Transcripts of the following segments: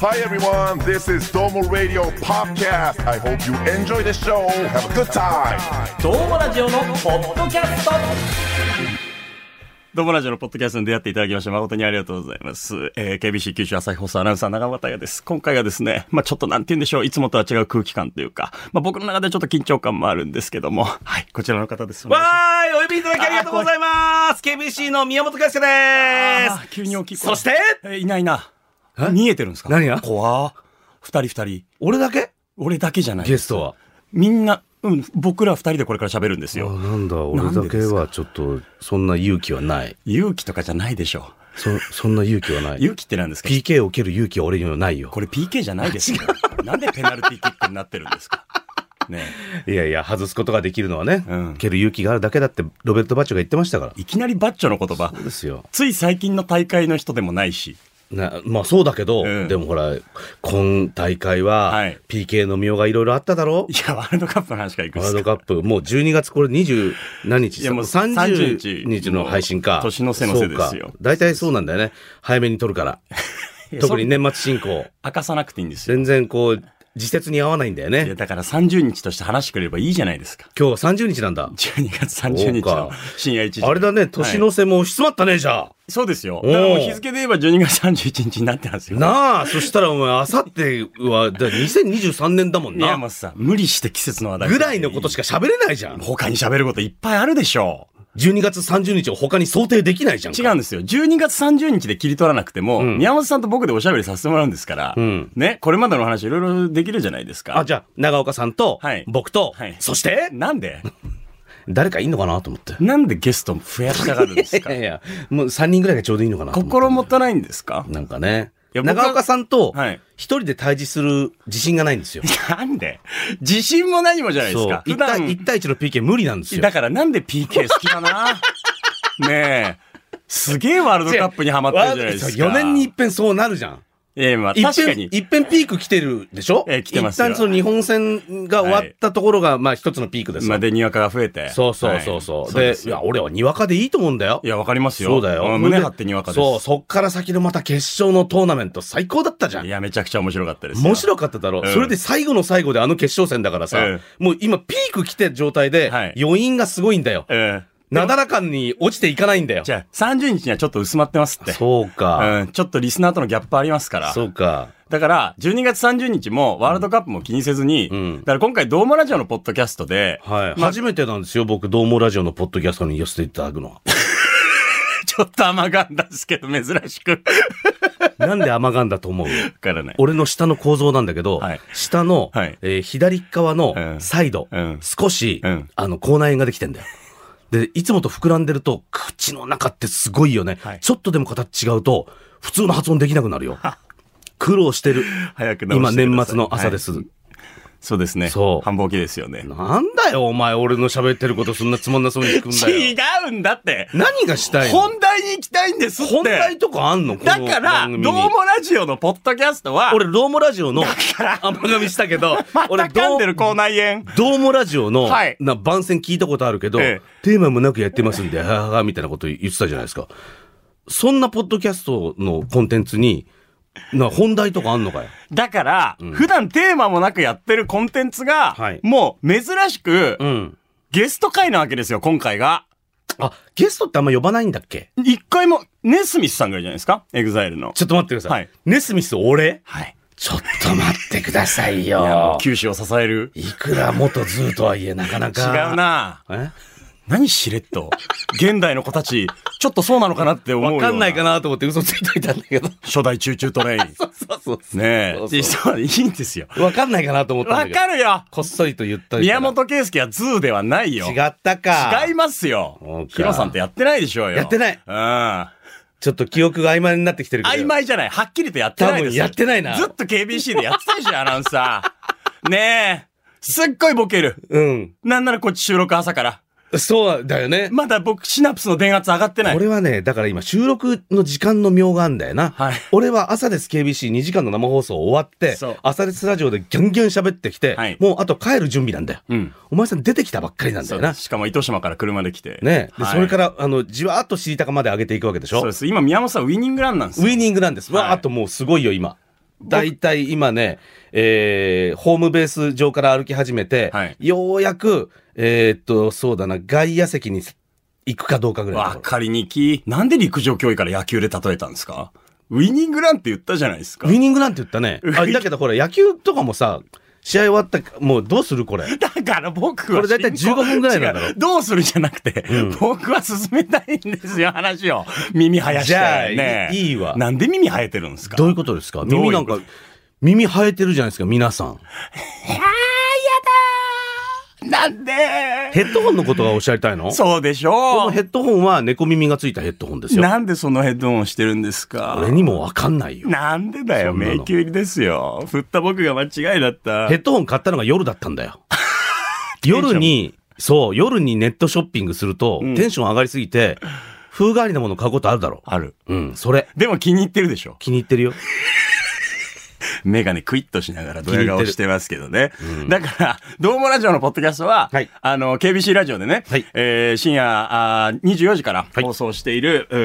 Hi everyone, this is Domo Radio Podcast. I hope you enjoy the show. Have a good time. どうもラジオのポッドキャストどうもラジオのポッドキャストに出会っていただきまして誠にありがとうございます。えー、KBC 九州朝日放送アナウンサー長畑がです。今回がですね、まあちょっとなんて言うんでしょう、いつもとは違う空気感というか、まあ僕の中ではちょっと緊張感もあるんですけども、はい、こちらの方です。わーいお呼びいただきありがとうございます !KBC の宮本和介であー急に大きいす声そしてえーいないな。見えてるんですか何が怖ー二人二人。俺だけ俺だけじゃない。ゲストは。みんな、うん、僕ら二人でこれから喋るんですあよ。なんだ、な俺んでだけはちょっと、そんな勇気はない。勇気とかじゃないでしょそ、そんな勇気はなう。い。勇気って何ですか PK を受ける勇気は俺にはないよ。これ PK じゃないですよ。なんでペナルティキックになってるんですかねえいやいや、外すことができるのはね、うん受ける勇気があるだけだって、ロベルト・バッチョが言ってましたから。いきなりバッチョの言葉。そうですよ。つい最近の大会の人でもないし。なまあそうだけど、うんでもほら、今大会は、はい PK の妙がいろいろあっただろいや、ワールドカップの話からいくんワでーすルドか。カップ、もう12月、これ20何日いやもう30日の配信か。年の瀬の瀬ですよそうか大体そうなんだよね。早めに撮るから。 いや特にそ年末進行。明かさなくていいんですよ。全然こう、時節に合わないんだよいや、ね。だから30日として話してくれればいいじゃないですか。今日は30日なんだ。 12月30日そのうか深夜1時。あれだね、年はの瀬も押し詰まったね、じゃあ。いそうですよ。おだーからもう日付で言えば12月31日になってますよ。なあ、そしたらお前、あさっては、だ2023年だもん宮な。本さん、無理して季節の話題。ぐらいのことしか喋れないじゃん。他に喋ることいっぱいあるでしょう。 12月30日を他に想定できないじゃん。違うんですよ。12月30日で切り取らなくても、ん宮本さんと僕でおしゃべりさせてもらうんですから、うんね、これまでの話いろいろできるじゃないですか。あ、じゃあ、長岡さんとはい、僕とはい、そして、なんで誰かいんのかなと思って。なんでゲストも増やしたがるんですい かやいや、もう3人ぐらいがちょうどいいのかなと思って心もとないんですかなんかね。いや僕は長岡さんとはい、一人で対峙する自信がないんですよ。なんで自信も何もじゃないですそうか。。普一対段一、対一の PK 無理なんですよだ。からなんで PK 好きだ なねえ。すげえワールドカップにハマってるじゃないですか。 4年に一遍そうなるじゃん。ええ、まあ一確か遍、に。一遍ピーク来てるでしょええ来てますよ一旦その日本戦が終わったところが、まあ一つのピークですよまあで、にわかが増えて。そうそうそうはそ。いうそうでで、すいよや、俺はにわかでいいと思うんだよい。や、わかりますよ。そうだよ。ん胸張ってにわかです。そう、そっから先のまた決勝のトーナメント最高だったじゃんい。や、めちゃくちゃ面白かったですよ。面白かっただろ、うんそれで最後の最後であの決勝戦だからさ、うんもう今ピーク来てる状態ではい、余韻がすごいんだよ。ええ。なだらかに落ちていかないんだよ。じゃあ、30日にはちょっと薄まってますって。そうか、うん、ちょっとリスナーとのギャップありますから。そうか。だから、12月30日もワールドカップも気にせずに、んだから今回、ドームラジオのポッドキャストで、はい。まあ初めてなんですよ、僕、どうもラジオのポッドキャストに寄せていただ くのは。ちょっと甘がんだんですけど、珍しく。なんで甘がんだと思うわからない。俺の下の構造なんだけど、はい下の、はいえー左側うんのサイド、うん少し、うんあの、口内炎ができてんだよ。で、いつもと膨らんでると、口の中ってすごいよね。はいちょっとでも形違うと、普通の発音できなくなるよ。苦労してる。早く直して今、ください年末の朝です。はいそうですね。そう繁忙期ですよね。なんだよ、お前、俺の喋ってることそんなつまんなそうに聞くん だ違よ。うんだって何がしたいの本題に行きたいんですって本題とかあんのこのだから、番ドー組にムラジオのポッドキャストは、俺、どうもラジオの、甘噛みしたけど、 ま俺、た噛どんうでる口内炎。どうもラジオの、はいな番宣聞いたことあるけど、ええテーマもなくやってますんで、はははみたいなこと言ってたじゃないですか。そんなポッドキャストのコンテンツに、な本題とかあんのかよ。だから、普段テーマもなくやってるコンテンツが、はいもう珍しく、うん。ゲスト会なわけですよ、今回が。あ、ゲストってあんま呼ばないんだっけ一回も、ネスミスさんぐらいじゃないですかエグザイルの。ちょっと待ってくださはい。いネスミス俺はい。ちょっと待ってくださいいや、もうよ。九州を支える。いくら元ズーとはいえ、なかな違うか。。なえ何しれっと。現代の子たち、ちょっとそうなのかなって思うよわうな。かんないかなと思って嘘ついといたんだけど。初代チューチュートレイン。 そうそうそうそう。ねそうそえ。うそう、いいんですよ。わかんないかなと思ったんだわけど。かるよこっそりと言っといた宮ら。本圭介はズーではないよ。違ったか。違いますよそう。かヒロさんってやってないでしょうよ。やってないうん。曖ちょっと記憶が曖昧になってきてるけど。昧じゃない。はっきりとやってないです。多分やってないなずっと KBC でやってたでしょ、アナウンサー。ねえ。すっごいボケる。うん。なんならこっち収録朝から。そうだよね。まだ僕、シナプスの電圧上がってない。これはね、だから今収録の時間の妙があんだよな。はい俺は朝です KBC2 時間の生放送終わってそう、朝ですラジオでギャンギャン喋ってきて、はいもうあと帰る準備なんだよ。うん。お前さん出てきたばっかりなんだそうよでなす。しかも糸島から車で来て。ねで、はいそれから、あの、じわーっと知りたかまで上げていくわけでしょそうです。今、宮本さんウィニングランなんですウよ。ィニングなんです。はいわーっともうすごいよ、今。大体今ね、えー、ホームベース上から歩き始めて、はいようやく、えーっと、そうだな、外野席に行くかどうかぐらいのとわこかりにき。なんで陸上競技から野球で例えたんですかウィニングランって言ったじゃないですかろ。ウ。ィニングなんて言ったね。あだけどほら、野球とかもさ、試合終わったら、もうどうするこれ。だから僕は。これ大体15分ぐらいなんだろ違うどうするじゃなくて、僕は進めたいんですよ、話を。耳生やして。じゃあねえいいいわなんで耳生えてるんですかどういうことですどかういう耳なんか、耳生えてるじゃないですか、皆さん。あー、やだーなんでヘッドホンのことがおっしゃりたいのそうでしこょのヘッドホンは猫耳がついたヘッドホンですう。よ。なんでそのヘッドホンをしてるんですか俺にもわかんないよ。なんでだよ、そんなの迷宮入りですよ。振った僕が間違いだったヘ。ッドホン買ったのが夜だったん だよ。夜に、そう、夜にネットショッピングすると、テンション上がりすぎて、風変わりなもの買うことあるだろある。う。うん、それ、でも気に入ってるでしょ気に入ってるよ。メガネクイッとしながらドヤ気に入って顔るしてますけどね。だから、どうもラジオのポッドキャストは、はいあの、KBC ラジオでね、はいえー深夜あー24時からい放送している、う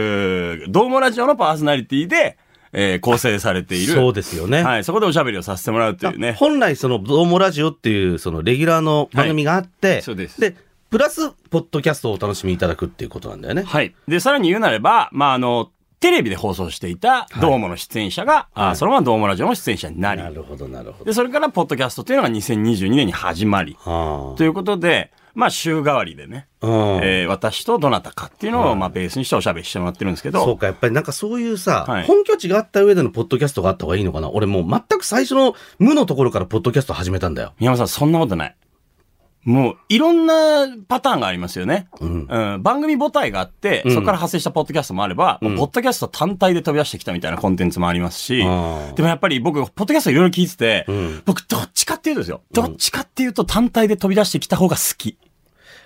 ーどうもラジオのパーソナリティで、えー構成されている。そうですよね。はい、そこでおしゃべりをさせてもらうというね。本来、その、どうもラジオっていう、その、レギュラーの番組があって、いそうですプラス、ポッドキャストをお楽しみいただくっていうことなんだよね。はい。で、さらに言うなれば、まあ、あの、テレビで放送していた、ドーモの出演者が、あーそのままドーモラジオの出演者になりな、るほど、なるほど。で、それから、ポッドキャストというのが2022年に始まり、あということで、まあ、週替わりでね、あ。うん。えー私とどなたかっていうのを、まあ、ベースにしておしゃべりしてもらってるんですけそうど、か、やっぱりなんかそういうさ、はい本拠地があった上でのポッドキャストがあった方がいいのかな俺もう全く最初の無のところからポッドキャスト始めたんだよ。宮本さん、そんなことない。もう、いろんなパターンがありますよね。うん。番組母体があって、そこから派生したポッドキャストもあれば、もうポッドキャスト単体で飛び出してきたみたいなコンテンツもありますし、あーでもやっぱり僕、ポッドキャストいろいろ聞いてて、ん僕、どっちかっていうとですよ。どっちかっていうと単体で飛び出してきた方が好き。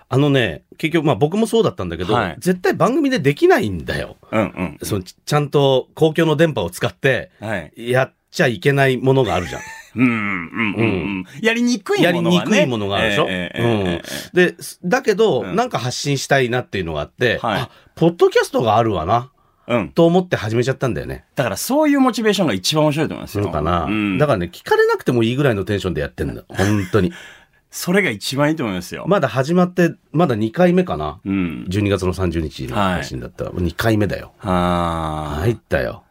あのね、結局まあ僕もそうだったんだけど、はい絶対番組でできないんだよ。うんうん。そのちちゃんと公共の電波を使って、はい。やっちゃいけないものがある じゃん。うんうんうんうん。やりにくいやもりのにはね。くいものがあるでしょ、えーえーえーえーうん、で、すだけど、うんなんか発信したいなっていうのがあって、はいあ、ポッドキャストがあるわな、うん。と思って始めちゃったんだよね。だからそういうモチベーションが一番面白いと思いますそうよ。かな、ん、だだからからね、聞かれなくてもいいぐらいのテンションでやってん だ。本当に。それが一番いいと思いますよ。まだ始まって、まだ2回目かな。うん。 12月の30日の配信だったら、2回目だよ。あー入ったよ。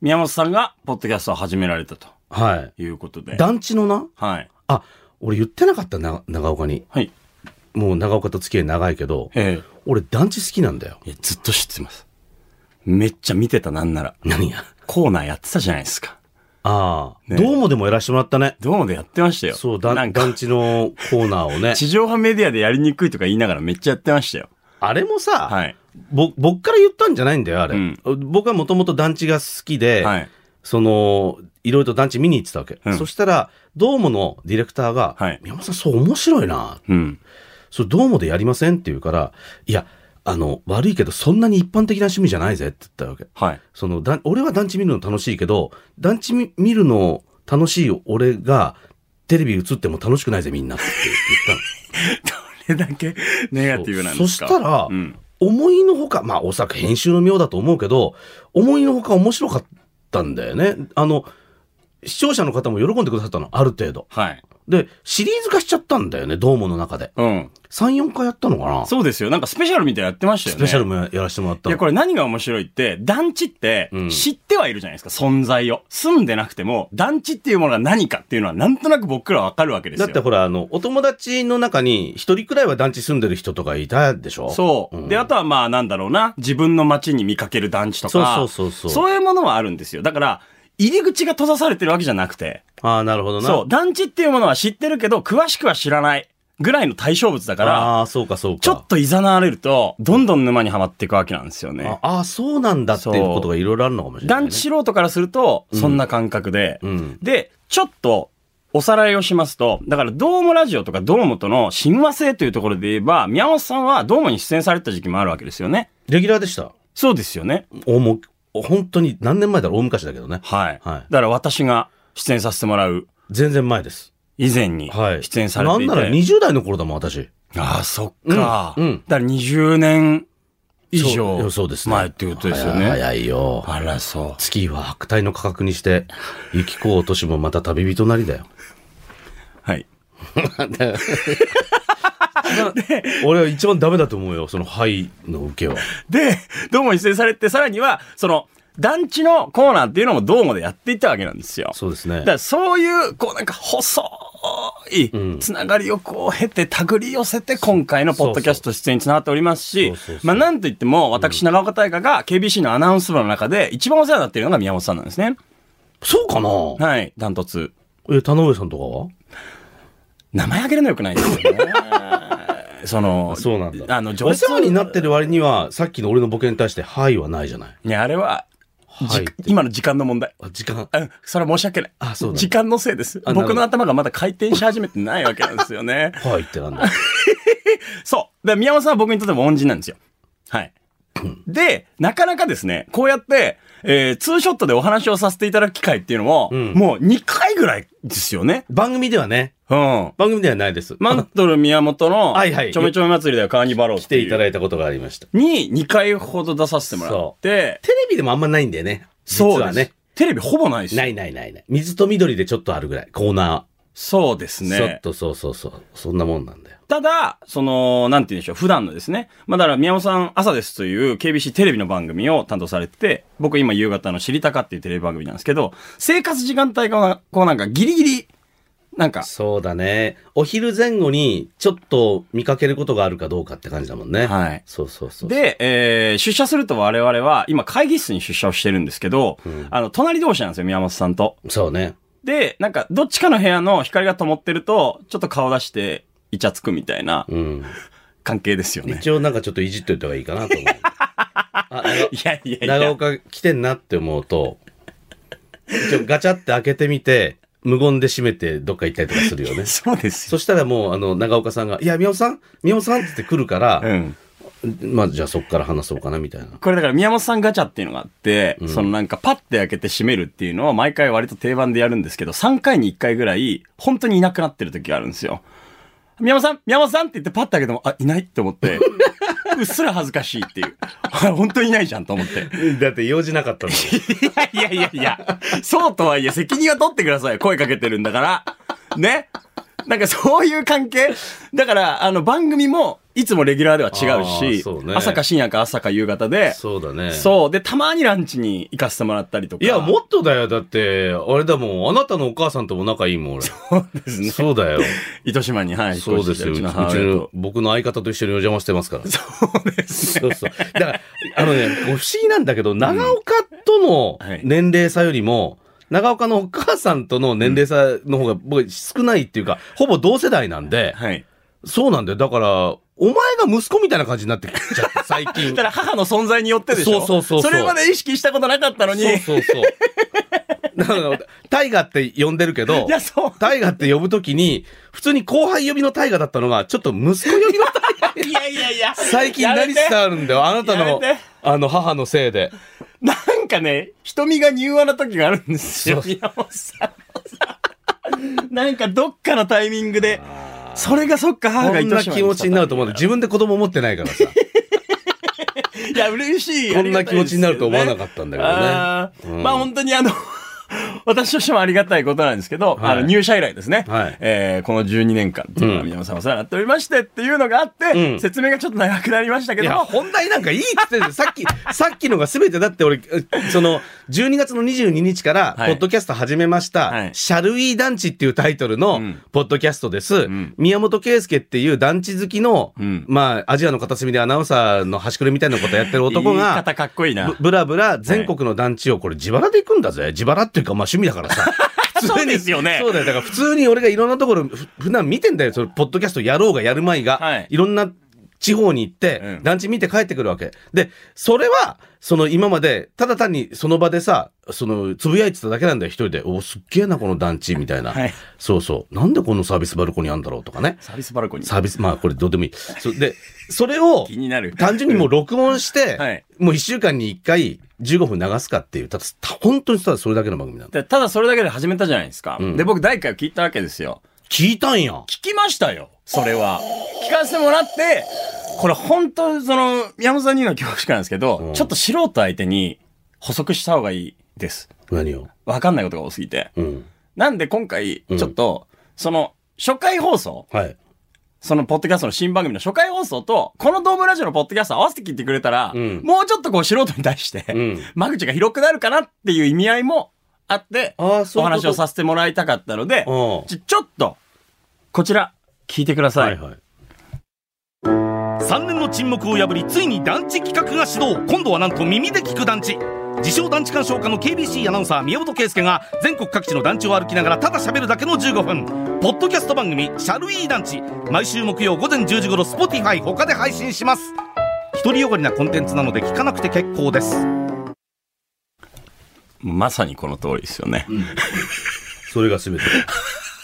宮本さんが、ポッドキャストを始められたとはいうことでい。。団地のな、はい。あ、俺言ってなかったな、長岡に。はい。もう長岡と付き合い長いけど、え俺団地好きなんだよ。えいやずっと知ってます。めっちゃ見てたなんなら。何がコーナーやってたじゃないですか。ああ、ねどうもでもやらしてもらったね。どうもでやってましたよ。そう、だなん団か、地のコーナーを ね。地上波メディアでやりにくいとか言いながらめっちゃやってましたよ。あれもさ、はい。ぼ僕から言ったんじゃないんだよ、あれ。うん僕はもともと団地が好きで、はい。その、いろいろと団地見に行ってたわけ。うんそしたら、ドームのディレクターが、はい宮本さん、そう面白いな。うん。それドームでやりませんって言うから、いや、あの、悪いけど、そんなに一般的な趣味じゃないぜって言ったわけ。はい。その、だ俺は団地見るの楽しいけど、団地み見るの楽しい俺が、テレビ映っても楽しくないぜ、みんなって言ったどの。れだけネ ガティブなんですかそしたらうん。思いのほか、まあおそらく編集の妙だと思うけど、思いのほか面白かったんだよね。あの、視聴者の方も喜んでくださったの、ある程度。はい。で、シリーズ化しちゃったんだよね、ドームの中で。うん。 3、4回やったのかな、そうですよ。なんかスペシャルみたいなのやってましたよスね。ペシャルもやらせてもらったいの。や、これ何が面白いって、団地ってうん、知ってはいるじゃないですか、存在を。住んでなくても、団地っていうものが何かっていうのは、なんとなく僕らわかるわけですだよ。ってほら、あの、お友達の中に一人くらいは団地住んでる人とかいたでしょそう、んで、あとはまあ、なんだろうな、自分の街に見かける団地とか。そうそうそうそういうものはあるんですよ。だから、入り口が閉ざされてるわけじゃなくて、ああ、なるほどな。そう、団地っていうものは知ってるけど、詳しくは知らないぐらいの対象物だから、ああ、そうかそうか。ちょっと誘われると、どんどん沼にはまっていくわけなんですよね。ああー、そうなんだっていうことがいろいろあるのかもしれない、ね。団地素人からすると、そんな感覚で、うんで、ちょっと、おさらいをしますと、だから、ドームラジオとかドームとの親和性というところで言えば、宮本さんはドームに出演されてた時期もあるわけですよね。レギュラーでした。そうですよね。おもう本当に何年前だろう大昔だけどね。はい。はいだから、私が出演させてもらう全然前です。以前にはい。出演されていて。なんなら20代の頃だもん、私。ああ、そっか。うんうんだから、20年以上そうそうですね前っていうことですよね早い早いよあら、そ月は白帯の価格に して行き子落としもまた旅人なりだよう。はい。俺は一番ダメだと思うよその「はい」の受けはで、どうも出演されて、さらには、その、団地のコーナーっていうのもどうもでやっていったわけなんですよ。そうですねだからそういう、こうなんか細いんつながりをこう経て、手繰り寄せて今回のポッドキャスト出演につながっておりますしそうそうそう、まあなんといっても私、長岡大河が KBC のアナウンス部の中で一番お世話になっているのが宮本さんなんですね。そうかなはい、ダントツ。え田上さんとかは名前挙げるのよくないです よね。その、そうなんだあの、お世話になてってる割にはさっきの俺のボケに対して「はい」はないじゃないいや、あれは、はいじ今の時間の問題。あ時間あそれは申し訳ない。あそうなんだ時間のせいです。あなるほど。僕の頭がまだ回転し始めてないわけなんですよね はいってなんだそう。で、宮本さんは僕にとっても恩人なんですよ。 はい。で、なかなかですね、こうやって、えー、ツーショットでお話をさせていただく機会っていうのも、んもう2回ぐらいですよね。番組ではねうん。番組ではないですマントル宮本の、 はいはいちょめちょめ祭りだよ、カーニバロー来ていたいだいたことがありましたに2回ほど出させてもらって、テレビでもあんまないんだよね実そうはですね。テレビほぼないです。ないないないない水と緑でちょっとあるぐらいコーナそうですーね。ちょっとそうそうそうそんなもんなんだよただ、その、なんて言うんでしょう、普段のですね。まあ、だから、宮本さん、朝ですという KBC テレビの番組を担当されてて、僕今夕方の知りたかっていうテレビ番組なんですけど、生活時間帯が、こうなんかギリギリ、なんか、そうだね。お昼前後にちょっと見かけることがあるかどうかって感じだもんね。はいそうそうそう。で、えー出社すると我々は、今会議室に出社をしてるんですけど、あの、隣同士なんですよ、宮本さんと。そうね。で、なんか、どっちかの部屋の光が灯ってると、ちょっと顔出して、イチャつくみたいなうん。関係ですよね。一応なんかちょっといじっといた方がいいかなと 思う。あいやいやいや。長岡来てんなって思うと、一応ガチャって開けてみて、無言で閉めてどっか行ったりとかする よね。そうですよ。そしたらもう、あの、長岡さんが、いや、宮尾さん宮尾さんって言って来るから、うん。まあ、じゃあそっから話そうかな、みたいな。これだから宮本さんガチャっていうのがあって、んそのなんかパッて開けて閉めるっていうのは毎回割と定番でやるんですけど、3回に1回ぐらい本当にいなくなってる時があるんですよ。宮本さん宮本さんって言ってパッて開けても、あ、いないって思 って、うっすら恥ずかしいっていう。あ本当にいないじゃんと思って。 だって用事なかったの。いやいやいやいや、そうとはいえ責任は取ってください。声かけてるんだから。ね。なんかそういう関係だから、あの番組もいつもレギュラーでは違うあーし、そうね朝か深夜か朝か夕方で、 そうだね。そう。で、たまにランチに行かせてもらったりとか。いや、もっとだよ。だって、あれだもん。あなたのお母さんとも仲いいもん、俺。そうですね。そうだよ。 糸島に、はい。そうですよ。う引ちっ越のしてきたうちの母親と。僕の相方と一緒にお邪魔してますから。そうそう。だから、あ のね、こう不思議なんだけど、長岡とのはい年齢差よりも、長岡のお母さんとの年齢差の方が僕少ないっていうか、ほぼ同世代なんで、はい。そうなんだよ。だから、お前が息子みたいな感じになってきちゃって、最近 だか。ら母の存在によってでしょそうそうそうそうそれまで意識したことなかったのに。いそうそうそう。だから、タイガって呼んでるけど、や、そう。タイガって呼ぶときに、普通に後輩呼びのタイガだったのが、ちょっと息子呼びのタイガ。いやいやいや。最近や何めしててあるんだよ。あなたやのめて、あの、母のせいで。なんかね、瞳が柔和な時があるんですよ。そう宮本さんのさ。なんかどっかのタイミングで、それがそっか母こがんな糸島気持ちになると思うんんだ。自分で子供持ってないからさ。いや、嬉しい。こんな気持ちになると思わなかったんだけどねあーうんまあ本当にあの、 私としてもありがたいことなんですけど、はいあの入社以来ですね、はいえーこの12年間っていうのはうん宮本さんお世話になっておりましてっていうのがあって、うん説明がちょっと長くなりましたけいどや、本題なんかいいっつってんだよさ っき、さっきのが全てだって俺、その、12月の22日から、ポはいッドキャスト始めました、はいシャルウィー団地っていうタイトルのうん、ポッドキャストです。ん宮本圭介っていう団地好きの、うんまあ、アジアの片隅でアナウンサーの端くれみたいなことやってる男言いが、方かっこいいなぶ。ぶらぶら全国の団地をこれ自腹で行くんだぜ。自腹っていうかまあ趣味だ からさ。普通にそうですよねそうだよ。だから普通に俺がいろんなところふ普段見てんだよ。そのポッドキャストやろうがやるまいが、はいい、ろんな地方に行って、うん団地見て帰ってくるわけ。で、それは、その今まで、ただ単にその場でさ、その、つぶやいてただけなんだよ、一人で。お、すっげえな、この団地、みたいな。はいそうそう。なんでこのサービスバルコニーあんだろうとかね。サービスバルコニー。サービス、まあこれどうでもいい。そで、それを、気になる。単純にもう録音して、はいもう1週間に1回15分流すかっていう、ただ、た本当にただそれだけの番組なんだ。でただそれだけで始めたじゃないですか。うんで、僕第一回を聞いたわけですよ。聞いたんや。聞きましたよ、それは。聞かせてもらって、これ本当その、宮本さんにの恐縮なんですけど、うんちょっと素人相手に補足した方がいいです。何をわかんないことが多すぎて。うん。なんで今回、ちょっと、その、初回放送、はい。そのポッドキャストの新番組の初回放送と、このドームラジオのポッドキャスト合わせて聞いてくれたら、うんもうちょっとこう素人に対して、うん間口が広くなるかなっていう意味合いもあって、ああ、そうお話をさせてもらいたかったので、うんちちょっと、こちら、聞いてくださ。はいいはい。 3年の沈黙を破りついに団地企画が始動今度はなんと耳で聞く団地自称団地鑑賞家の KBC アナウンサー宮本圭介が全国各地の団地を歩きながらただ喋るだけの15分ポッドキャスト番組「シャルイー団地」毎週木曜午前10時頃 Spotify 他で配信します独りよがりなコンテンツなので聞かなくて結構ですまさにこの通りですよね。それが全て。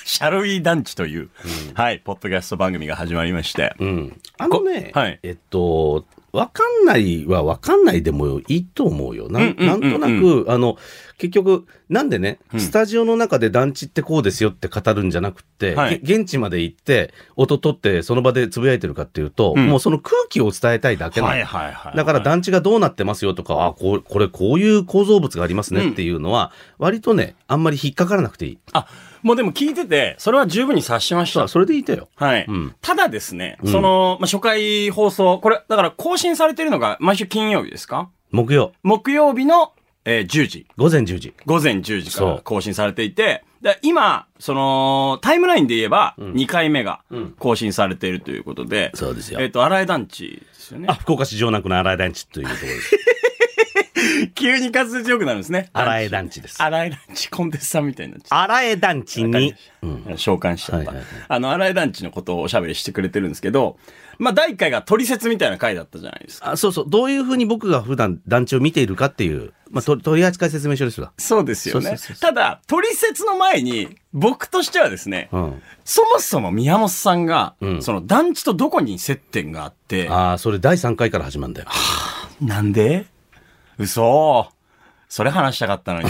シャルウィー団地という、はい、ポッドキャスト番組が始まりまして。うん。あのね、こはいえっと、わかんないはわかんないでもいいと思うよ。なうんんうんうんなうんんとなく、あの、結局、なんでね、スタジオの中で団地ってこうですよって語るんじゃなくて、はいげ現地まで行って、音取ってその場でつぶやいてるかっていうと、うんもうその空気を伝えたいだけなの。はいはいだから団地がどうなってますよとか、あ、こうこれこういう構造物がありますねっていうのは、割とね、あんまり引っかからなくていい。あ、もうでも聞いてて、それは十分に察しましそたう。それでいいとよ。はい。うんただですね、うんその、まあ、初回放送、これ、だから更新されてるのが毎週金曜日ですか木曜、木曜日の、えー10時、午前10時。午前10時かそらう更新されていて、で今、その、タイムラインで言えば、ん2回目がうん更新されているということで、そうですよえっ、と、荒井団地ですよね。あ、、福岡市城南区の荒井団地というところです。急に滑舌よくなるんですね。荒江団地です。荒井団地コンテストさんみたいになっちゃった荒江団地に。召喚しちゃった。はいはいはいあの、荒井団地のことをおしゃべりしてくれてるんですけど、まあ、第1回が取説みたいな回だったじゃないですか。あそうそう。どういうふうに僕が普段団地を見ているかっていう、まあ、と取扱説明書ですよ。そうですよそうねそうそう。そただ、取説の前に、僕としてはですね、うん。そもそも宮本さんが、うんその団地とどこに接点があって、ああ、それ第3回から始まるんだよ。なんで嘘それ話したかったの に。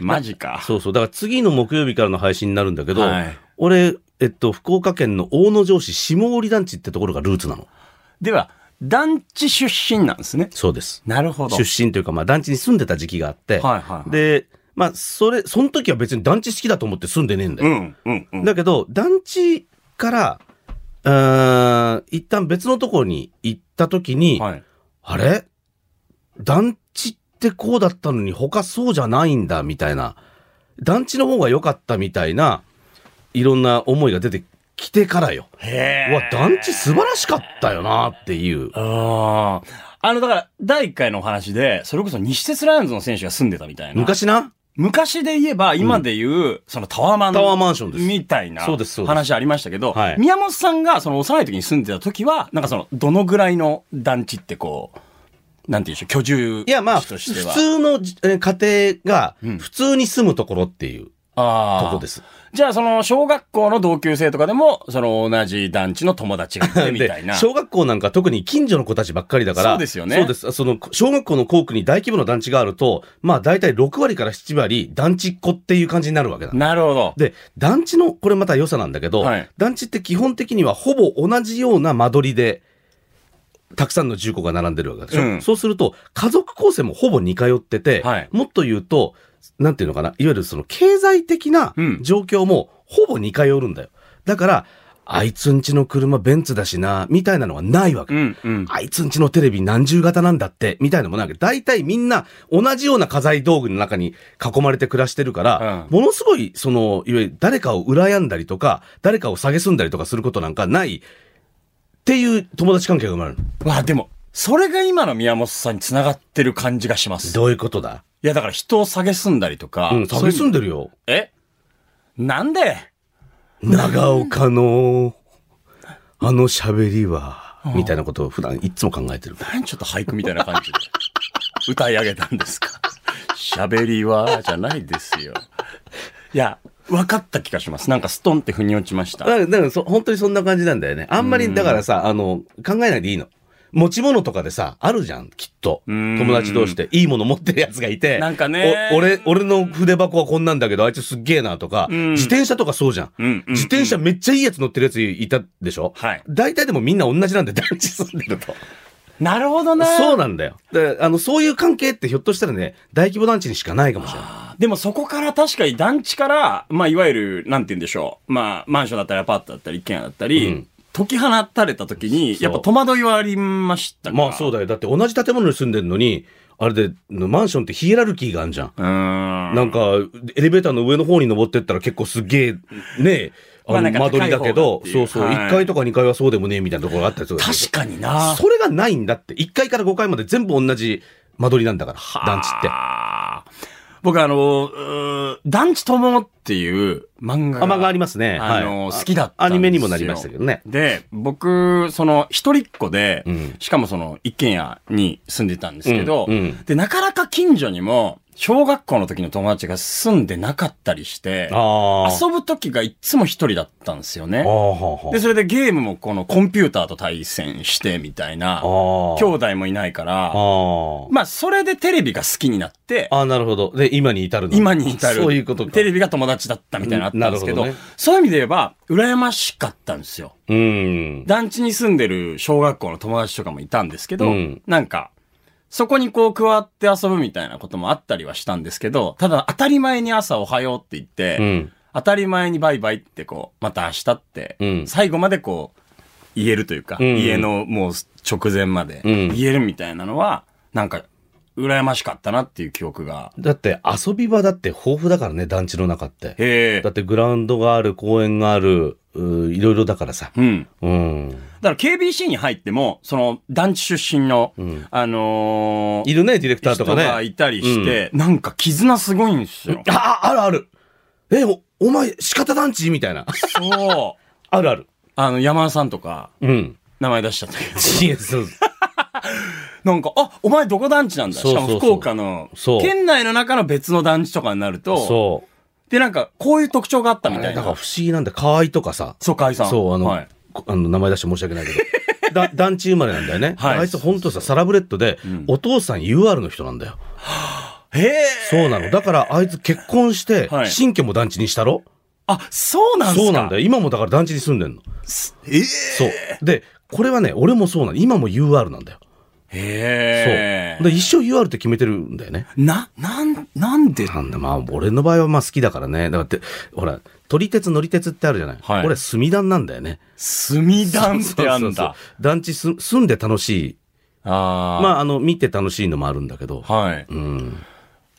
マジか。そうそう。だから次の木曜日からの配信になるんだけど、はい俺、えっと、福岡県の大野城市下織団地ってところがルーツなの。では、団地出身なんですね。そうです。なるほど。出身というか、まあ、団地に住んでた時期があって、はいはいはいで、まあ、それ、その時は別に団地好きだと思って住んでねえんだよ。うん、うん、うん。だけど、団地から、うーん、一旦別のところに行った時に、はい。あれ団地ってこうだったのに他そうじゃないんだ、みたいな。団地の方が良かったみたいな、いろんな思いが出てきてからよ。へうわ、団地素晴らしかったよな、っていう。ああ。あの、だから、第1回のお話で、それこそ西鉄ライオンズの選手が住んでたみたいな。。昔な昔で言えば、今で言う、そのタワーマン。タワーマンションですみたいな。そうですそうです話ありましたけど、はい宮本さんが、その幼い時に住んでた時は、なんかその、どのぐらいの団地ってこう、なんていうんでしょう、居住いや、まあ、地普としては。通のじえ家庭がうん、普通に住むところっていうあとあこです。じゃあ、その、小学校の同級生とかでも、その、同じ団地の友達がいて、みたいな。で小学校なんか特に近所の子たちばっかりだから。そうですよねそうです。その、小学校の校区に大規模な団地があると、まあ大体6割から7割団地っ子っていう感じになるわけだ。なるほど。で、団地の、これまた良さなんだけど、はい団地って基本的にはほぼ同じような間取りで、たくさんの住戸が並んでるわけでしょ、うんそうすると、家族構成もほぼ似通ってて、はいもっと言うと、なんていうのかな、いわゆるその経済的なうん状況もほぼ似通るんだよ。だから、あいつんちの車ベンツだしな、みたいなのはないわけ。うん、うん。あいつんちのテレビ何重型なんだって、みたいなのもなんか、大体みんな同じような家財道具の中に囲まれて暮らしてるから、うものすごい、その、いわゆる誰かを羨んだりとか、誰かを蔑んだりとかすることなんかない、っていう友達関係が生まれる。わあ、でも、それが今の宮本さんに繋がってる感じがします。どういうことだいや、だから人を蔑んだりとか。うん、そういう蔑んでるよ。えなんで長岡の、あの喋りは、みたいなことを普段いつも考えてる。何ちょっと俳句みたいな感じ で歌い上げたんですか喋りは、じゃないですよ。いや、分かった気がします。なんかストンって腑に落ちました。だから、だからそ本当にそんな感じなんだよね。あんまり、だからさ、あの、考えないでいいの。持ち物とかでさ、あるじゃん、きっと。ん友達同士でいいもの持ってるやつがいて。なんかねお俺、俺の筆箱はこんなんだけど、あいつすっげえなとか、ん自転車とかそうじゃん,、うんうんうん自転車めっちゃいいやつ乗ってるやついたでしょはい大体でもみんな同じなんで、団地住んでると。なるほどな。そうなんだよ。で、あの、そういう関係ってひょっとしたらね、大規模団地にしかないかもしれない。でもそこから確かに団地から、まあいわゆる、なんて言うんでしょう。まあマンションだったりアパートだったり一軒家だったり、うん解き放たれた時に、そうやっぱ戸惑いはありましたかまあそうだよ。だって同じ建物に住んでるのに、あれで、マンションってヒエラルキーがあるじゃん。うーん。なんか、エレベーターの上の方に登ってったら結構すげえ、ねまああなの、んか間取りだけど、高い方そがうっていうそう、はい1階とか2階はそうでもねえみたいなところがあったりする確かにな。それがないんだって。1階から5階まで全部同じ間取りなんだから、団地って。あー。僕あの、うー団地友っていう漫画甘がありますね。あはの、い好きだったんですよアニメにもなりましたけどね。で、僕、その、一人っ子で、うんしかもその、一軒家に住んでたんですけど、うんうんで、なかなか近所にも、小学校の時の友達が住んでなかったりして、ああ。遊ぶ時がいつも一人だったんですよねあ。あ、はあはで、それでゲームもこのコンピューターと対戦してみたいな、あ。兄日。弟もいないから、あまあ、それでテレビが好きになって、あ。ああ、なるほど。で、今に至るの今に至る。そういうことか。テレビが友達だったみたいなのあったんですけど、うんなるほどそういう意味で言えば、羨ましかったんですよ。うん。団地に住んでる小学校の友達とかもいたんですけど、うんなんか、そこにこう加わって遊ぶみたいなこともあったりはしたんですけど、ただ当たり前に朝おはようって言って、うん。当たり前にバイバイってこう、また明日って、うん最後までこう、言えるというか、うん家のもう直前までうん言えるみたいなのは、なんか、羨ましかったなっていう記憶が。だって遊び場だって豊富だからね、団地の中って。へだえっ。てグラウンドがある、公園がある、うーいろいろだからさ。うん。うん。だから KBC に入っても、その団地出身の、んあのーいるね、ディレクター人とかがね。。いたりして、なんか絆すごいんですよあ、あるある。え、お、お前、仕方団地みたいな。 そう。あるある。 あの、山田さんとか、 うん。 名前出しちゃったけど。いやそうなんか、あ、お前どこ団地なんだそうそうそしうかも福岡のそう、県内の中の別の団地とかになると、そう。で、なんか、こういう特徴があったみただいからな。不思議なんだよ。河合とかさ。そう、解散。そう、あの、はいこあの名前出して申し訳な いけど。だ団地生まれなんだよね。はいあいつ本当さ、サラブレッドで、お父さん UR の人なんだよ。へえ。そうなの。だからあいつ結婚して、はい新居も団地にしたろあ、そうなんすかそうなんだよ。よ。今もだから団地に住んでんの。えーそう。で、これはね、俺もそうなの。今も UR なんだよ。へえ。そう。で、一生 UR って決めてるんだよね。な、なん、なんでなんだ、まあ、俺の場合はまあ好きだからね。だって、ほら、撮り鉄、乗り鉄ってあるじゃない。はい俺、住団なんだよね。墨団ってあそんうそうそうだ。。団地す住んで楽しい。あまあ、あの、見て楽しいのもあるんだけど。あ。はい。うん。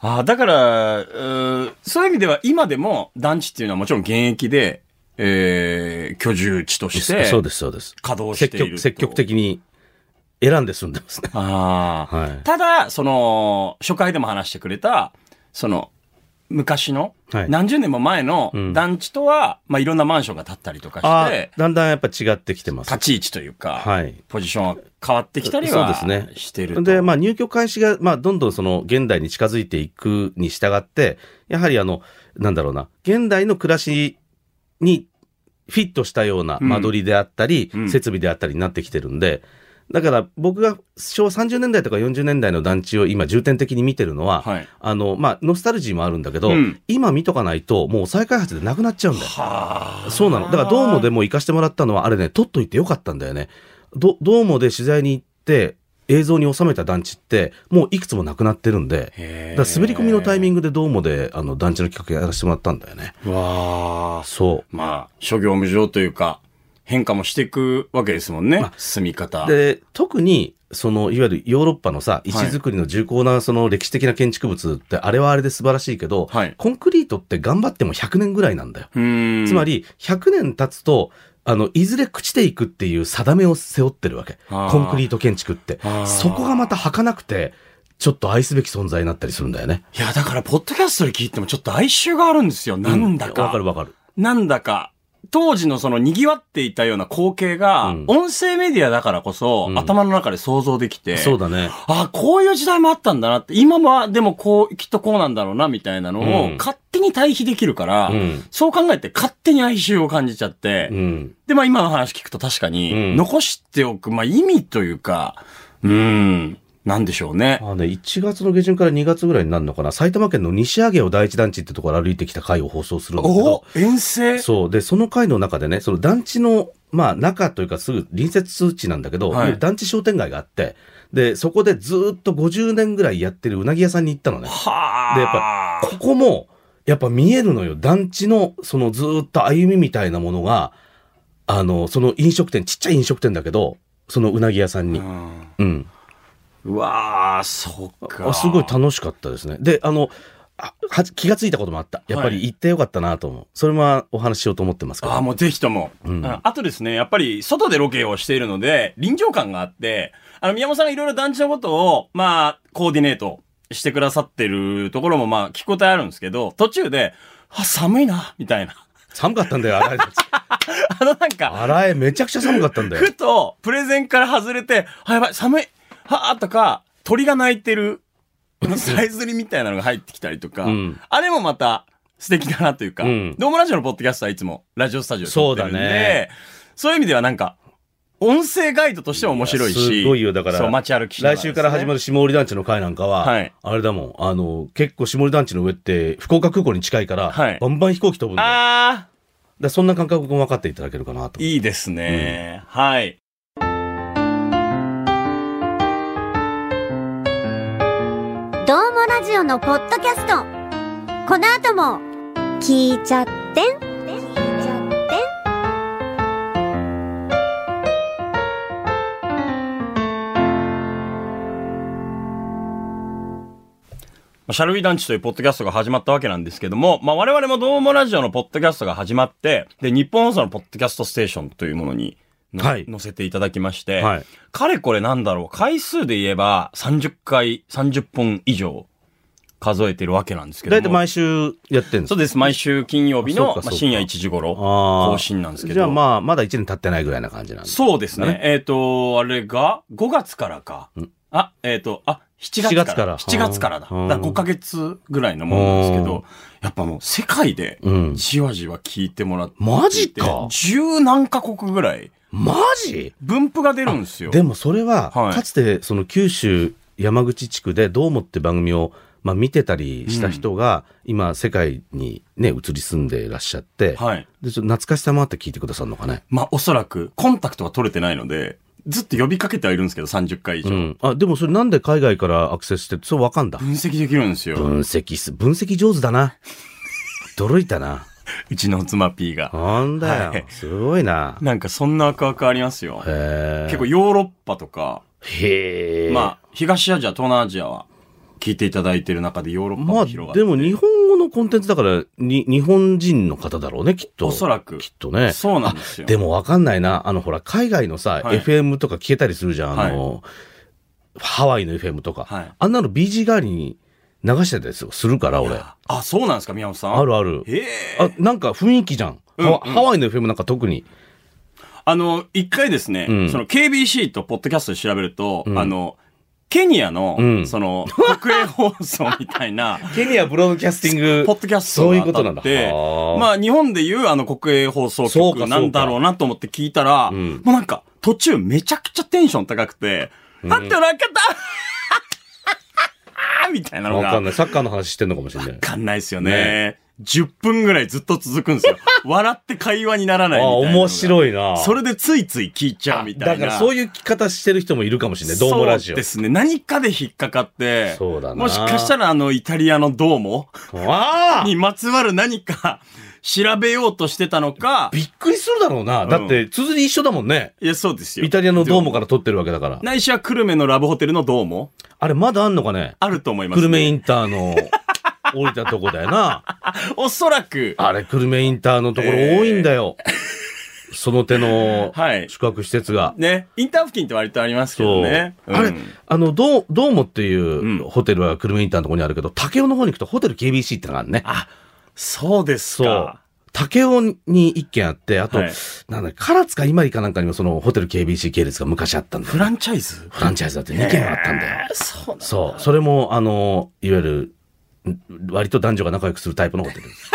ああ、だから、うーそういう意味では今でも団地っていうのはもちろん現役で、えー、居住地としてそうです、そうです。稼働し積ている極、と。積極的に選んで住んでますね。ああ、はいただ、その、初回でも話してくれた、その、昔の、はい何十年も前のうん団地とは、まあ、いろんなマンションが建ったりとかしあて、だんだんやっぱ違ってきてます。立ち位置というか、はいポジションは変わってきたりはそうですねしてると。で、まあ、入居開始が、まあ、どんどんその、現代に近づいていくに従って、やはりあの、なんだろうな、現代の暮らしにフィットしたようなうん間取りであったり、うん設備であったりになってきてるんで、だから僕が昭和30年代とか40年代の団地を今重点的に見てるのは、はいあの、まあ、ノスタルジーもあるんだけど、うん今見とかないと、もう再開発でなくなっちゃうんだよ。はあそうなの。だから、ドームでも行かしてもらったのは、あれね、撮っといてよかったんだよね。ドドームで取材に行って、映像に収めた団地って、もういくつもなくなってるんで、へえだから滑り込みのタイミングでドームで、あの、団地の企画やらせてもらったんだよね。わあ、そまあ、諸行無常というか、変化もしていくわけですもんね。住み方。う。で、特に、その、いわゆるヨーロッパのさ、石造りの重厚な、その歴史的な建築物って、あれはあれで素晴らしいけど、はいコンクリートって頑張っても100年ぐらいなんだよ。うーん。つま、り、100年経つと、あの、いずれ朽ちていくっていう定めを背負ってるわけ。あーコンクリート建築ってあー。そこがまた儚くて、ちょっと愛すべき存在になったりするんだよね。いや、だから、ポッドキャストで聞いてもちょっと哀愁があるんですよ。なんだか。わかるわかる。なんだか、当時のその賑わっていたような光景が、うん音声メディアだからこそ、うん頭の中で想像できて、そうだね。あ、こういう時代もあったんだなって、今はでもこう、きっとこうなんだろうな、みたいなのを、うん勝手に対比できるから、うん。そう考えて勝手に哀愁を感じちゃって、うん。で、まあ今の話聞くと確かうに、ん残しておく、まあ意味というか、うん、なんでしょうね。まあね、1月の下旬から2月ぐらいになるのかな、埼玉県の西上尾第一団地ってところを歩いてきた回を放送するんだけどお、遠征そう。で、その回の中でね、その団地の、まあ中というかすぐ隣接地なんだけど、はい団地商店街があって、で、そこでずーっと50年ぐらいやってるうなぎ屋さんに行ったのね。はあ。でやっぱここも、やっぱ見えるのよ。団地の、そのずーっと歩みみたいなものが、あの、その飲食店、ちっちゃい飲食店だけど、そのうなぎ屋さんに。うん。うわあ、そっか。あすごい楽しかったですね。で、あの、あは気がついたこともあった。やっぱはりい行ってよかったなと思う。それもお話ししようと思ってますけど。ああ、もうぜひとも。うんあとですね、やっぱり外でロケをしているので、臨場感があって、あの、宮本さんがいろいろ団地のことを、まあ、コーディネートしてくださってるところも、まあ、聞くことあるんですけど、途中で、あ、寒いな、みたいな。 寒かったんだよ、洗いたち。あの、なんか、洗い、めちゃくちゃ寒かったんだよふ。と、プレゼンから外れて、あ、やばい、寒い、はあ、とか、鳥が鳴いてる、 さえずりみたいなのが入ってきたりとか、うんあれもまた素敵だなというか、うんドームラジオのポッドキャストはいつもラジオスタジオで撮ってるんで、そうだねそういう意味ではなんか、音声ガイドとしても面白いし、すごいよ、だから。そう、街歩きしな来週から始まる。る下り団地の会なんかは、はいあれだもん、あの、結構下り団地の上って、福岡空港に近いから、はいバンバン飛行機飛ぶんだよ。だかあらそんな感覚も分かっていただけるかなとー、。いいですね。はい。どうもラジオのポッドキャストこの後も聞いちゃってん聞いちゃってんまあシャルウィ団地というポッドキャストが始まったわけなんですけども、まあ、我々もどうもラジオのポッドキャストが始まって、で、日本放送のポッドキャストステーションというものにの、はい載せていただきまして、はいかれこれなんだろう、回数で言えば30回、30本以上数えてるわけなんですけども。だいたい毎週やってるんですそうです。毎週金曜日あそのうかそうかまあ深夜1時頃あー更新なんですけど。じゃあまあ、まだ1年経ってないぐらいな感じなんで。そうですね。ねえっ、と、あれが5月からか。あ、えっ、と、あ、7月から。7 7月から月からだ。だかうんら5ヶ月ぐらいのものなんですけうど、やっぱもう世界でうんじわじわ聞いてもらっていて、マジか十何カ国ぐらいマジ分布が出るんですよ。でもそれは、はいかつてその九州山口地区で「どうも」って番組を、まあ、見てたりした人が、今世界にね移り住んでいらっしゃって、はい。でちょっと懐かしさもあって聞いてくださるのかね、まあおそらくコンタクトは取れてないので、ずっと呼びかけてはいるんですけど、30回以う上。ん、あでもそれなんで海外からアクセスしてそうわかんだ分析できるんですよ。分析す分析上手だ な驚いたなうちの妻 P が。なんだよ、はいすごいななんかそんなワクワクありますよ。へえ結構ヨーロッパとか、へえまあ、東アジア、東南アジアは聞いていただいてる中でヨーロッパまもあ広がって、でも日本語のコンテンツだからに日本人の方だろうねきっとおそらく。きっとねそうなんですよ。でもわかんないな。あの、ほら、海外のさ、はい FM とか聞けたりするじゃん。あの、ハワイの FM とか。はいあんなの BG 代わりに流してたりするから、俺。ああ、そうなんですか、宮本さん。るある。ええあ、なんか雰囲気じゃん。ハワうんうんハワイの FM なんか特に。あの、一回ですね、うんその KBC とポッドキャストで調べると、うんあの、ケニアの、うんその、国営放送みたいな、 ケニアブロードキャスティングポッドキャストそういうがこと当なたんだ。って、はあまあ日本でいうあの国営放送そう局かそうかなんだろうなと思って聞いたら、うんもうなんか途中めちゃくちゃテンション高くて、あってなかった みたいなのわが。かんない。サッカーの話してんのかもしれないわ。かんないですよねね。10分ぐらいずっと続くんです よ。笑って会話にならないあみたいなのが。面い。白いな。それでついつい聞いちゃうみたいな。だからそういういう聞き方してる人もいるかもしれない。どうもラジそオ。うですね。何かで引っかかって。そうだなもしかしたらあの、イタリアのどうもああにまつわる何か 調べようとしてたのか。びっくりするだろうな。だって、綴り一緒だもんね。いや、そうですよ。イタリアのドーモから撮ってるわけだから。ないしは久留米のラブホテルのどうもあれまだあんのかねあると思いま久す、留米インターの降りたとこだよ な。おそらく。あれ久留米インターのところえー多いんだよ。その手のはい宿泊施設が。ね。インター付近って割とありますけどね。あれ、あの、どう、どうもっていんうホテルは久留米インターのところにあるけど、竹雄の方に行くとホテル KBC ってのがあるね。あ、そうですそうか。。竹雄に一軒あって、あと、はいなんだ、唐津か今里かなんかにもそのホテル KBC 系列が昔あったんだよ フランチャイズフランチャイズだって2軒あったんだよ。そうそう。それも、あの、いわゆる、ん割と男女が仲良くするタイプのホ テルです。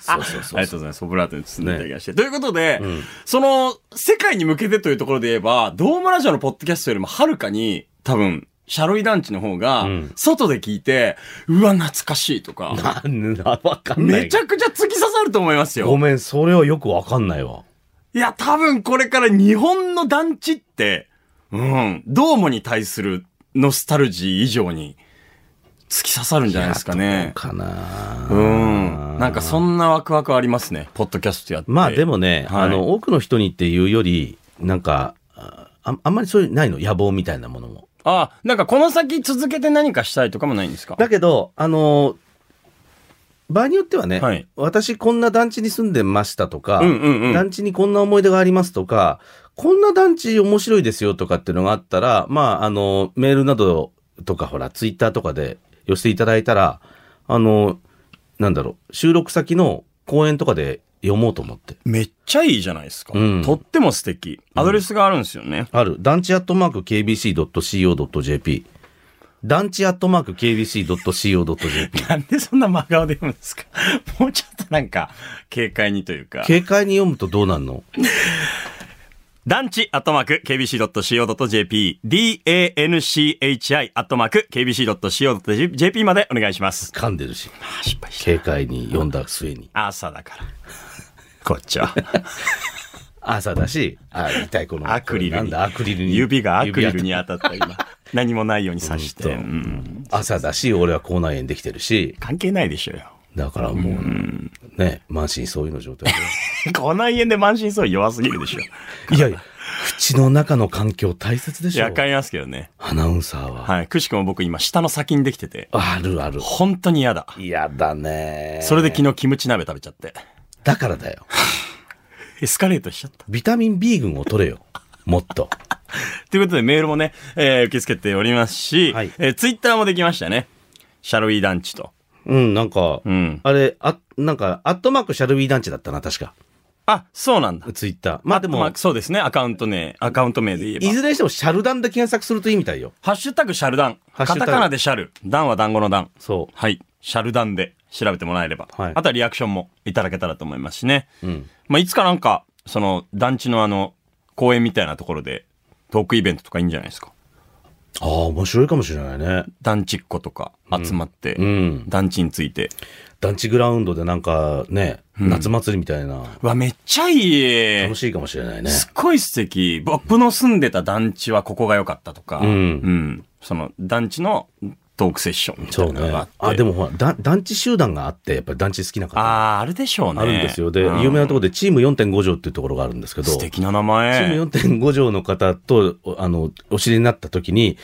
そうそうあそうりがとそごうう。ざいます。オブラートに包んでいただきまして。ということで、その、世界に向けてというところで言えば、ドームラジオのポッドキャストよりもはるかに、多分、シャロイ団地の方がうん、外で聞いて、うわ、懐かしいとか、なんだ、わかんない。めちゃくちゃ突き刺さると思いますごよ。めん、それはよくわかんないわ。いや、多分これから日本の団地って、うん、ドームに対するノスタルジー以上に、突き刺さるんじゃないですかね。かなうん。なんかそんんなワクワクありますね。ポッドキャストやって。まあでもね、はいあの、多くの人にっていうより、なんか、あああんまりそういう、ないの野望みたいなものも。あ、なんかこの先続けて何かしたいとかもないんですかだけど、あの、場合によってはね、はい私こんな団地に住んでましたとか、うんうんうん団地にこんな思い出がありますとか、こんな団地面白いですよとかっていうのがあったら、まあ、あの、メールなどとか、ほら、ツイッターとかで寄せていただいたら、あの、なんだろう、収録先の公演とかで読もうと思って。めっちゃいいじゃないですか。うんとっても素敵。アドレスがあるんですよね。ある。団地アットマーク KBC.CO.JP。団地アットマーク KBC.CO.JP。なんでそんな真顔で読むんですか もうちょっとなんか、軽快にという か。軽快に読むとどうなんの団地アットマーク KBC.CO.JP、DANCHI アットマーク KBC.CO.JP までお願いします。噛んでるし。あー、失敗した。軽快に読んだ末に。朝だから。こっちは。朝だし、あ、痛いこの。アクリルになんだ、アクリル に。指がアクリルに指当たった今。何もないように刺して。うんとうん朝だし、俺は口内炎できてるし、関係ないでしょうよ。だからもう、ね、満身そういうの状態 この家で満身創痍弱すぎるでしょ。 で。いやいや、口の中の環境大切でいしょや、。買いますけどね。アナウンサーは。はい。くしくも僕今、下の先にできてて、あるある。本当に嫌だ。嫌だね。それで昨日キムチ鍋食べちゃって。だからだよ。エスカレートしちゃった。ビタミン B 群を取れよ。もっと。ということでメールもね、えー受け付けておりますし、はいえーツイッターもできましたね。シャロイ団地と。うん、なんか、うん。あれ、あ、なんか、アットマークシャルビー団地だったな、確か。あ、そうなんだ。ツイッター。まあでまもあ、、そうですね。アカウントね、アカウント名で言いえば。ずれにしてもシャルダンで検索するといいみたいよ。ハッシュタグシャルダン。カハッシュタタグカナでシャル。ダンは団子のダン。そはい。シャルダンで調べてもらえれば。はいあとはリアクションもいただけたらと思いますしね。う。うん。まあ、いつかなんか、その、団地のあの、公園みたいなところで、トークイベントとかいいんじゃないですか。ああ、面白いかもしれないね。団地っ子とか集まって、うん。団地について。団地グラウンドでなんかね、夏祭りみたいな、うわ、めっちゃいい。楽しいかもしれないね。すっごい素敵。僕の住んでた団地はここが良かったとか、うんんその、団地のトークセッションみたそいうなのねがあって。。あ、でもほら、だ団地集団があって、やっぱり団地好きな方ああー、あるでしょうね。るんですよ。で、有名なところでチーム4.5条っていうところがあるんですけど、素敵な名チー前。ム4.5条の方と、おあの、お知りになった時に、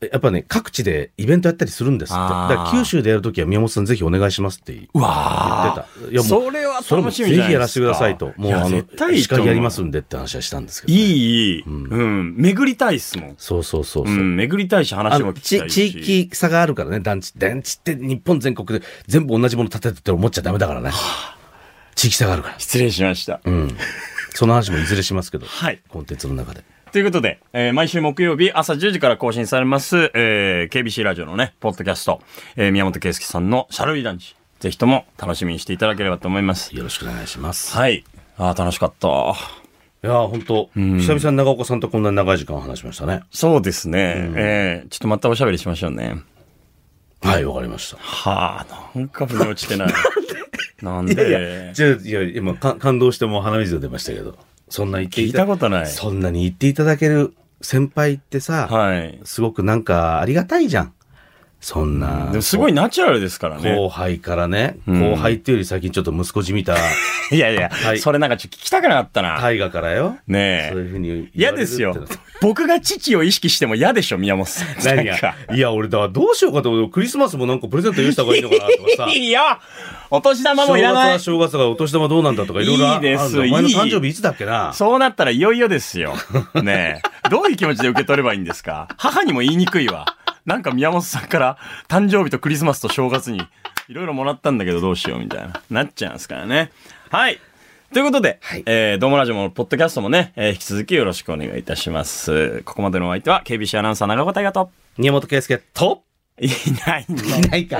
やっぱね、各地でイベントやったりするんですって。だあーから九州でやるときは宮本さんぜひお願いしますって言ってうわたー。。いやもう、それはそれも楽しぜみじゃないですか。ひやらせてくださいと。もう、やあの絶対い、い司と思会うやりますんでって話はしたんですけどね、いい、いい。うんん。巡りたいっすもん。そうそうそううそう。ん、巡りたいし、あ話のも聞きちたいし。地域差があるからね、団地。団地って日本全国で全部同じもの建ててって思っちゃダメだからね。地域差があるから。失礼しました。うん。その話もいずれしますけど。はいコンテンツの中で。ということで、えー毎週木曜日朝10時から更新されます、えー KBC ラジオのね、ポッドキャスト、えー宮本圭介さんのシャルビ団地。ぜひとも楽しみにしていただければと思います。よろしくお願いします。はい。ああ、楽しかった。いやー、本当久々に長岡さんとこんなに長い時間を話しましたね。そうですね。えーちょっとまたおしゃべりしましょうね。はい、わかりました。はあ、なんか腑に落ちて ない。なんでじゃあ、いや、今、か感動してもう鼻水が出ましたけど。そんな言って聞いたことない。そんなに言っていただける先輩ってさ、はい。すごくなんかありがたいじゃん。そんな。でもすごいナチュラルですからね。後輩からね、ん後輩っていうより最近ちょっと息子じみたいやいや、はいそれなんかちょっと聞きたくなったな。大河からよ。ねそうえ。いうふうに言嫌わでれるってすのよ。僕が父を意識しても嫌でしょ、宮本さん。 何なんかがいや、俺だ、からどうしようかと思う。クリスマスもなんかプレゼント用意した方がいいのかなとかさ。いいよお年玉もいらない正月は正月がお年玉どうなんだとかいろいろあるんだいいですお前のいい誕生日いつだっけなそうなったらいよいよですよ。ねえ。どういう気持ちで受け取ればいいんですか母にも言いにくいわ。なんか宮本さんから誕生日とクリスマスと正月にいろいろもらったんだけどどうしようみたいな。なっちゃうんですからね。はい。ということで、はいえー、ドームラジオも、ポッドキャストもね、えー、引き続きよろしくお願いいたします。ここまでのお相手は、KBC アナウンサー長岡大和と、宮本圭介。と、いないんだ。ないか。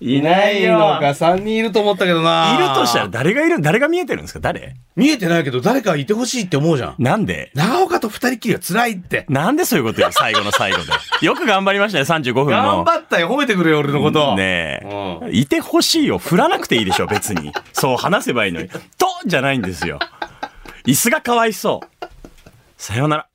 いいないよのか、3人いると思ったけどな。いるとしたら誰がいる誰が見えてるんですか誰見えてないけど、誰かいてほしいって思うじゃん。なんで長岡と二人きりは辛いって。なんでそういうことよ最後の最後 で。よく頑張りましたね、35分も。頑張ったよ、褒めてくれよ、俺のこと。ねえ、ういてほしいよ。振らなくていいでしょ、別に。そう話せばいいのに。とじゃないんですよ。椅子がかわいそう。さようなら。